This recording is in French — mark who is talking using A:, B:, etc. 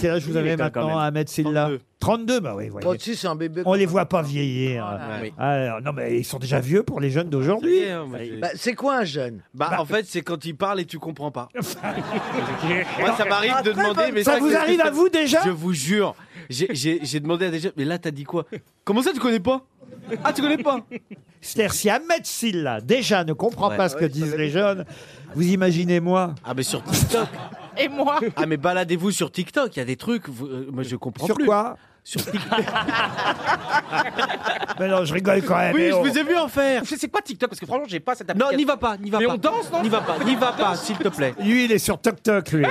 A: quel âge vous
B: Il est
A: avez
B: quand
A: maintenant,
B: même.
A: Ahmed Silla 32. bah oui, voyez.
C: Bon, tu sais, c'est un bébé.
A: On les voit pas vieillir.
C: Ah, oui.
A: Alors, non, mais ils sont déjà vieux pour les jeunes d'aujourd'hui.
D: Oui, hein, moi, j'ai-
C: Bah, c'est quoi un jeune
D: Bah, en fait, c'est quand il parle et tu comprends pas. Moi, ça m'arrive
C: Ah,
D: de
C: très
D: demander.
C: bonne-
D: Mais
A: Ça
D: ça,
A: vous
D: qu'est-ce que
A: arrive
D: ça-
A: à vous déjà
D: Je vous jure. J'ai- J'ai j'ai demandé à des gens. Mais là, t'as dit quoi Comment ça, tu connais pas Ah, tu connais pas
A: C'est-à-dire, si Ahmed Silla déjà ne comprend
D: Ouais.
A: pas ce que disent les jeunes, vous imaginez moi
D: Ah, mais sur TikTok.
E: Et moi
D: Ah, mais baladez-vous sur TikTok. Il y a des trucs. vous- euh, moi, je comprends
A: Sur
D: plus.
A: quoi
D: Sur TikTok.
A: Mais non, je rigole quand même.
D: Oui,
A: eh
D: je
A: oh.
D: vous ai vu en faire.
B: Je sais quoi TikTok Parce que franchement, j'ai pas cette
D: Non,
B: application.
D: n'y va pas, n'y va
B: Mais
D: pas.
B: on danse, non
D: N'y va pas, n'y va pas, s'il te plaît.
A: Lui, il est sur Tok Tok, lui.